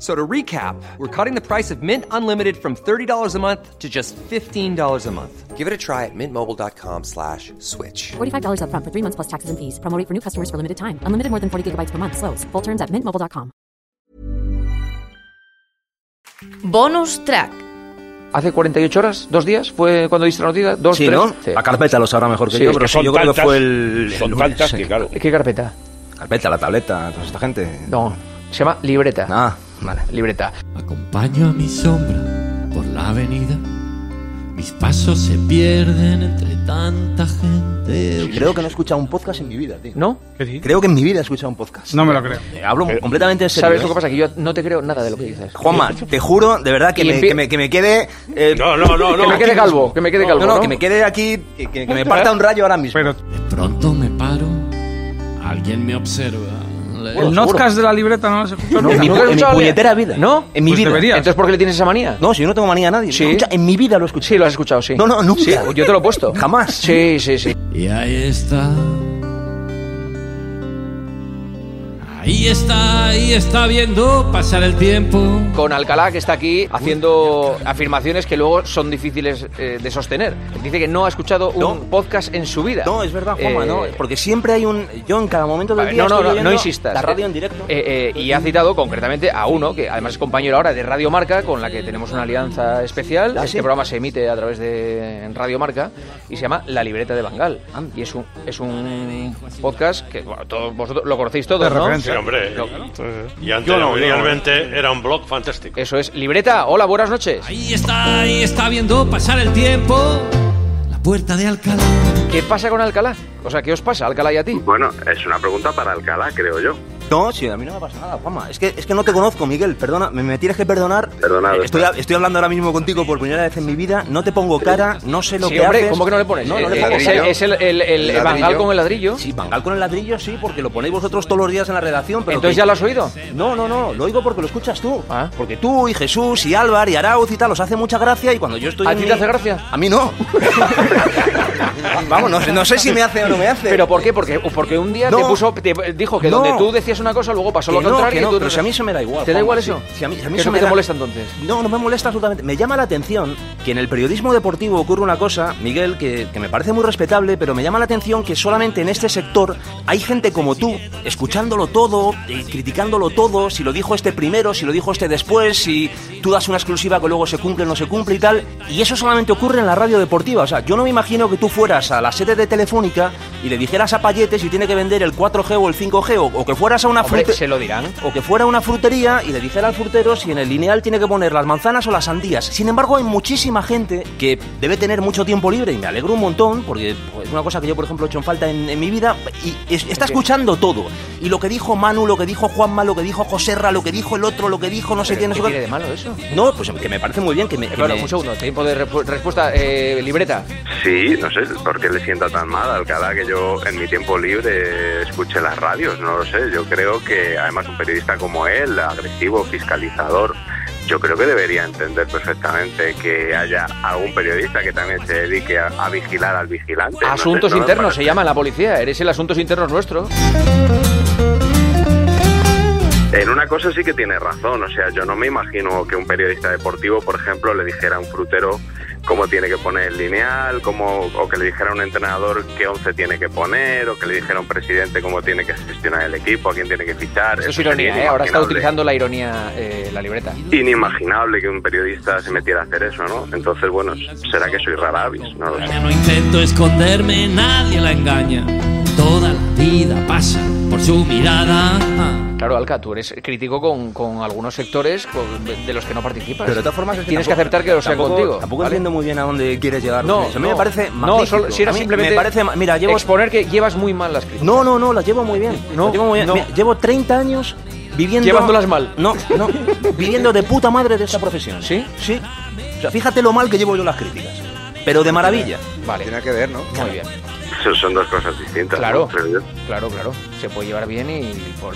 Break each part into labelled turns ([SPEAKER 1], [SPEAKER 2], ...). [SPEAKER 1] So to recap, we're cutting the price of Mint Unlimited from $30 a month to just $15 a month. Give it a try at mintmobile.com slash switch.
[SPEAKER 2] $45 upfront for three months plus taxes and fees. Promo rate for new customers for limited time. Unlimited more than 40 gigabytes per month. Slows. Full terms at mintmobile.com.
[SPEAKER 3] Bonus track.
[SPEAKER 4] Hace 48 horas, dos días, fue cuando diste la noticia. Dos,
[SPEAKER 5] Sí,
[SPEAKER 4] tres,
[SPEAKER 5] ¿no?
[SPEAKER 4] sí.
[SPEAKER 5] A carpeta lo sabrá mejor que
[SPEAKER 4] Sí,
[SPEAKER 5] yo,
[SPEAKER 4] es
[SPEAKER 5] pero
[SPEAKER 6] que
[SPEAKER 5] sí,
[SPEAKER 6] son
[SPEAKER 5] yo creo que
[SPEAKER 6] tantas-
[SPEAKER 5] fue el. el
[SPEAKER 6] Son
[SPEAKER 5] lunes.
[SPEAKER 6] tantas que, claro.
[SPEAKER 4] ¿Qué carpeta?
[SPEAKER 5] Carpeta, la tableta, toda esta gente.
[SPEAKER 4] No, se llama libreta.
[SPEAKER 5] Ah, vale.
[SPEAKER 4] Libreta.
[SPEAKER 7] Acompaño a mi sombra por la avenida. Mis pasos se pierden entre tanta gente.
[SPEAKER 5] Creo que no he escuchado un podcast en mi vida, tío.
[SPEAKER 4] ¿No?
[SPEAKER 5] Creo que en mi vida he escuchado un podcast.
[SPEAKER 8] No me lo creo.
[SPEAKER 5] Eh, Hablo completamente en serio.
[SPEAKER 4] ¿Sabes lo
[SPEAKER 5] ¿eh?
[SPEAKER 4] que pasa? Que yo no te creo nada de lo que dices.
[SPEAKER 5] Juanma, te juro, de verdad, que,
[SPEAKER 4] Y
[SPEAKER 5] me,
[SPEAKER 4] empie-
[SPEAKER 5] que, me, que me quede. eh,
[SPEAKER 6] No, no, no,
[SPEAKER 4] Que
[SPEAKER 6] no.
[SPEAKER 4] me quede calvo, que me quede calvo.
[SPEAKER 5] no,
[SPEAKER 4] No,
[SPEAKER 5] no, que me quede aquí, que, que- que me parta un rayo ahora mismo.
[SPEAKER 8] Pero
[SPEAKER 7] De pronto me paro, alguien me observa. Le-
[SPEAKER 8] el notcast de la libreta no lo escuchó
[SPEAKER 5] No, en
[SPEAKER 8] nunca.
[SPEAKER 5] mi,
[SPEAKER 4] ¿Nunca
[SPEAKER 5] en
[SPEAKER 4] has
[SPEAKER 5] mi
[SPEAKER 4] escuchado
[SPEAKER 5] puñetera
[SPEAKER 4] leer?
[SPEAKER 5] vida.
[SPEAKER 4] ¿No?
[SPEAKER 5] En mi
[SPEAKER 8] Pues
[SPEAKER 5] vida.
[SPEAKER 8] deberías.
[SPEAKER 4] Entonces, ¿por qué le tienes esa manía?
[SPEAKER 5] No, si yo no tengo manía a nadie.
[SPEAKER 4] Sí.
[SPEAKER 5] Escucha, en mi vida lo he escuchado.
[SPEAKER 4] Sí, lo has escuchado, sí.
[SPEAKER 5] No, no, nunca.
[SPEAKER 4] Sí, yo te lo he puesto.
[SPEAKER 5] Jamás.
[SPEAKER 4] Sí, sí, sí.
[SPEAKER 7] Y ahí está. Ahí está, ahí está viendo pasar el tiempo.
[SPEAKER 4] Con Alcalá, que está aquí haciendo afirmaciones que luego son difíciles eh, de sostener. Dice que no ha escuchado un
[SPEAKER 5] No.
[SPEAKER 4] podcast en su vida.
[SPEAKER 5] No, es verdad, Juanma,
[SPEAKER 4] Eh,
[SPEAKER 5] no. Porque siempre hay un. Yo en cada momento del
[SPEAKER 4] Vale,
[SPEAKER 5] día.
[SPEAKER 4] no, no,
[SPEAKER 5] estoy
[SPEAKER 4] no, no
[SPEAKER 5] oyendo
[SPEAKER 4] insistas.
[SPEAKER 5] La radio en directo.
[SPEAKER 4] Eh, eh, y ha citado concretamente a uno, que además es compañero ahora de Radio Marca, con la que tenemos una alianza especial.
[SPEAKER 5] ¿Ah,
[SPEAKER 4] este
[SPEAKER 5] sí?
[SPEAKER 4] programa se emite a través de Radio Marca y se llama La Libreta de Bangal.
[SPEAKER 5] Ah.
[SPEAKER 4] Y es un, es un podcast que bueno, todos vosotros lo conocéis todos,
[SPEAKER 8] De
[SPEAKER 4] ¿no?
[SPEAKER 8] referencia.
[SPEAKER 6] Sí, hombre. Y antes,
[SPEAKER 4] Yo no, yo no.
[SPEAKER 6] realmente, era un blog fantástico.
[SPEAKER 4] Eso es. Libreta, hola, buenas noches.
[SPEAKER 7] Ahí está, ahí está viendo pasar el tiempo. La puerta de Alcalá.
[SPEAKER 4] ¿Qué pasa con Alcalá? O sea, ¿qué os pasa, Alcalá y a ti?
[SPEAKER 9] Bueno, es una pregunta para Alcalá, creo yo.
[SPEAKER 5] No, sí, a mí no me pasa nada, Juanma. Es que, es que no te conozco, Miguel. Perdona, me, me tienes que perdonar.
[SPEAKER 9] Perdonado,
[SPEAKER 5] Eh, Estoy,
[SPEAKER 9] está.
[SPEAKER 5] estoy hablando ahora mismo contigo por primera vez en mi vida. No te pongo cara, no sé lo
[SPEAKER 4] Sí,
[SPEAKER 5] que
[SPEAKER 4] hombre,
[SPEAKER 5] haces.
[SPEAKER 4] ¿cómo que no le pones?
[SPEAKER 5] No, no
[SPEAKER 4] Eh,
[SPEAKER 5] le
[SPEAKER 4] eh,
[SPEAKER 5] pongo
[SPEAKER 4] es
[SPEAKER 5] cara.
[SPEAKER 4] el, es el, el- el
[SPEAKER 9] El
[SPEAKER 4] Bangal
[SPEAKER 9] ladrillo.
[SPEAKER 4] con el ladrillo.
[SPEAKER 5] Sí, Bangal con el ladrillo, sí, porque lo ponéis vosotros todos los días en la redacción. Pero
[SPEAKER 4] Entonces
[SPEAKER 5] que-
[SPEAKER 4] ya lo has oído.
[SPEAKER 5] No, no, no, lo oigo porque lo escuchas tú.
[SPEAKER 4] Ah.
[SPEAKER 5] Porque tú y Jesús y Álvaro y Arauz y tal os hace mucha gracia y cuando yo estoy.
[SPEAKER 4] ¿A
[SPEAKER 5] en
[SPEAKER 4] ti
[SPEAKER 5] mi-
[SPEAKER 4] te hace gracia?
[SPEAKER 5] A mí no. Vamos, no, no sé si me hace o no me hace.
[SPEAKER 4] ¿Pero por qué? Porque, porque un día te
[SPEAKER 5] No.
[SPEAKER 4] puso, te dijo que
[SPEAKER 5] No.
[SPEAKER 4] donde tú decías una cosa, luego pasó lo
[SPEAKER 5] Que no,
[SPEAKER 4] contrario.
[SPEAKER 5] que
[SPEAKER 4] y
[SPEAKER 5] no,
[SPEAKER 4] tú-
[SPEAKER 5] pero si a mí se me da igual.
[SPEAKER 4] ¿Te da igual
[SPEAKER 5] Juanma,
[SPEAKER 4] eso?
[SPEAKER 5] si- si a mí, si a mí
[SPEAKER 4] ¿Qué es
[SPEAKER 5] se
[SPEAKER 4] lo
[SPEAKER 5] me
[SPEAKER 4] que te
[SPEAKER 5] da-
[SPEAKER 4] molesta entonces?
[SPEAKER 5] No, no me molesta absolutamente. Me llama la atención que en el periodismo deportivo ocurre una cosa, Miguel, que, que me parece muy respetable, pero me llama la atención que solamente en este sector hay gente como tú, escuchándolo todo, eh, criticándolo todo, si lo dijo este primero, si lo dijo este después, si tú das una exclusiva que luego se cumple, no se cumple y tal. Y eso solamente ocurre en la radio deportiva. O sea, yo no me imagino que tú fueras a la sede de Telefónica y le dijeras a Payete si tiene que vender el 4G o el 5G, o, o que fueras a una
[SPEAKER 4] Hombre,
[SPEAKER 5] frute-
[SPEAKER 4] se lo dirán.
[SPEAKER 5] o que fuera una frutería y le dijera al frutero si en el lineal tiene que poner las manzanas o las sandías. Sin embargo, hay muchísima gente que debe tener mucho tiempo libre y me alegro un montón porque pues, es una cosa que yo, por ejemplo, he hecho en falta en, en mi vida y es- está escuchando todo. Y lo que dijo Manu, lo que dijo Juanma, lo que dijo Joserra, lo que dijo el otro, lo que dijo no sé
[SPEAKER 4] ¿Qué
[SPEAKER 5] quién, no sé
[SPEAKER 4] tiene de
[SPEAKER 5] cuál.
[SPEAKER 4] malo eso?
[SPEAKER 5] No, pues que me parece muy bien que me... que
[SPEAKER 4] Bueno,
[SPEAKER 5] me-
[SPEAKER 4] un segundo, tiempo de repu- respuesta, eh, libreta.
[SPEAKER 9] Sí, no sé por qué le sienta tan mal a Alcalá que yo en mi tiempo libre escuche las radios, no lo sé. Yo creo que además un periodista como él, agresivo, fiscalizador, yo creo que debería entender perfectamente que haya algún periodista que también se dedique a, a vigilar al vigilante. No sé,
[SPEAKER 4] Asuntos
[SPEAKER 9] no me
[SPEAKER 4] internos se
[SPEAKER 9] parece-
[SPEAKER 4] llama la policía, eres el asuntos internos nuestro.
[SPEAKER 9] En una cosa sí que tiene razón, o sea, yo no me imagino que un periodista deportivo, por ejemplo, le dijera a un frutero cómo tiene que poner el lineal, cómo, o que le dijera a un entrenador qué once tiene que poner, o que le dijera a un presidente cómo tiene que gestionar el equipo, a quién tiene que fichar.
[SPEAKER 4] Eso es
[SPEAKER 9] sería
[SPEAKER 4] ironía, ¿eh? ahora está
[SPEAKER 9] inimaginable.
[SPEAKER 4] utilizando la ironía eh, la libreta.
[SPEAKER 9] Inimaginable que un periodista se metiera a hacer eso, ¿no? Entonces, bueno, será que soy rara avis, no lo sé.
[SPEAKER 7] Ya no intento esconderme, nadie la engaña. toda la vida pasa por su mirada.
[SPEAKER 4] Claro, Alca, tú eres crítico con, con algunos sectores con- de de los que no participas.
[SPEAKER 5] Pero de todas formas, es que
[SPEAKER 4] tienes que
[SPEAKER 5] tampoco-
[SPEAKER 4] aceptar que lo sean
[SPEAKER 5] tampoco-
[SPEAKER 4] contigo.
[SPEAKER 5] Tampoco
[SPEAKER 4] ¿vale?
[SPEAKER 5] entiendo muy bien a dónde quieres llegar.
[SPEAKER 4] No,
[SPEAKER 5] Eso a mí me
[SPEAKER 4] no.
[SPEAKER 5] parece
[SPEAKER 4] No,
[SPEAKER 5] magnífico.
[SPEAKER 4] solo- si era
[SPEAKER 5] A mí
[SPEAKER 4] simplemente
[SPEAKER 5] Me parece. ma- Mira, llevo.
[SPEAKER 4] Exponer que llevas muy mal las críticas.
[SPEAKER 5] No, no, no, las llevo muy bien.
[SPEAKER 4] No,
[SPEAKER 5] Las llevo muy bien.
[SPEAKER 4] no.
[SPEAKER 5] Mira, llevo 30 años viviendo.
[SPEAKER 4] Llevándolas mal.
[SPEAKER 5] No, no. viviendo de puta madre de esa profesión.
[SPEAKER 4] ¿Sí?
[SPEAKER 5] Sí. O sea, fíjate lo mal que llevo yo las críticas. Pero de maravilla.
[SPEAKER 4] Vale. Tiene que ver, ¿no? Muy bien.
[SPEAKER 9] Eso son dos cosas distintas.
[SPEAKER 4] Claro.
[SPEAKER 9] ¿no? Creo yo.
[SPEAKER 4] Claro, claro. Se puede llevar bien y por...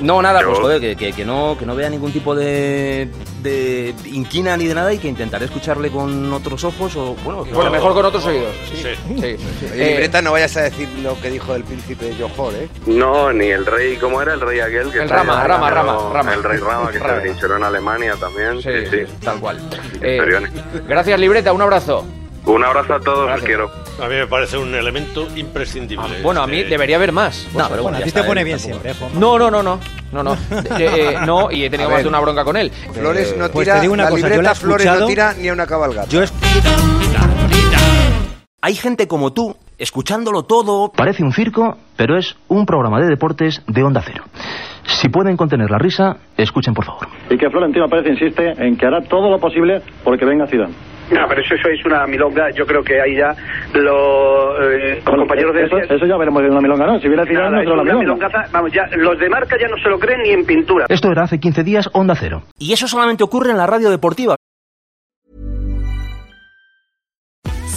[SPEAKER 5] No, nada,
[SPEAKER 9] Yo-
[SPEAKER 5] pues joder, que, que- que no, que no vea ningún tipo de, de inquina ni de nada y que intentaré escucharle con otros ojos o, bueno,
[SPEAKER 4] Bueno, mejor con otros oídos.
[SPEAKER 6] Sí.
[SPEAKER 4] Sí.
[SPEAKER 10] Oye,
[SPEAKER 4] Eh,
[SPEAKER 10] libreta, no vayas a decir lo que dijo el príncipe Johor, ¿eh?
[SPEAKER 9] No, ni el rey, ¿cómo era el rey aquel? Que
[SPEAKER 4] El
[SPEAKER 9] se-
[SPEAKER 4] Rama, Rama, Rama,
[SPEAKER 9] no,
[SPEAKER 4] Rama.
[SPEAKER 9] El rey Rama que
[SPEAKER 4] Rama.
[SPEAKER 9] se trincheró en Alemania también. Sí,
[SPEAKER 4] sí,
[SPEAKER 9] sí.
[SPEAKER 4] sí, tal cual. Eh,
[SPEAKER 9] Historiones.
[SPEAKER 4] gracias, Libreta. Un abrazo.
[SPEAKER 9] Un abrazo a todos, os
[SPEAKER 4] Gracias. Ah,
[SPEAKER 9] quiero.
[SPEAKER 6] A mí me parece un elemento imprescindible.
[SPEAKER 4] Bueno, a mí
[SPEAKER 6] este-
[SPEAKER 4] debería haber más.
[SPEAKER 5] No, pero
[SPEAKER 10] Bueno, a
[SPEAKER 5] ya
[SPEAKER 10] ti
[SPEAKER 5] está,
[SPEAKER 10] te pone
[SPEAKER 5] eh,
[SPEAKER 10] bien
[SPEAKER 5] tampoco-
[SPEAKER 10] siempre, ¿eh, Juanma?
[SPEAKER 4] No, no, no, no. No, no. Eh, eh, no, y he tenido
[SPEAKER 10] A
[SPEAKER 4] más
[SPEAKER 10] ver.
[SPEAKER 4] de una bronca con él.
[SPEAKER 10] Flores
[SPEAKER 4] Eh,
[SPEAKER 10] no tira, pues te digo una la cosa, yo la he libreta Flores no escuchado. tira ni a una cabalgata.
[SPEAKER 5] Yo es- Hay gente como tú, escuchándolo todo. Parece un circo, pero es un programa de deportes de onda cero. Si pueden contener la risa, escuchen por favor.
[SPEAKER 11] Y que Florentino Pérez insiste en que hará todo lo posible porque venga Zidane.
[SPEAKER 9] No, pero eso, es una milonga. Yo creo que ahí ya eh, los
[SPEAKER 11] eso, eso ya veremos en una milonga, ¿no? Si viene Zidane, no será la milonga.
[SPEAKER 9] Vamos, ya, los de marca ya no se lo creen ni en pintura.
[SPEAKER 5] Esto era hace 15 días, onda cero. Y eso solamente ocurre en la radio deportiva.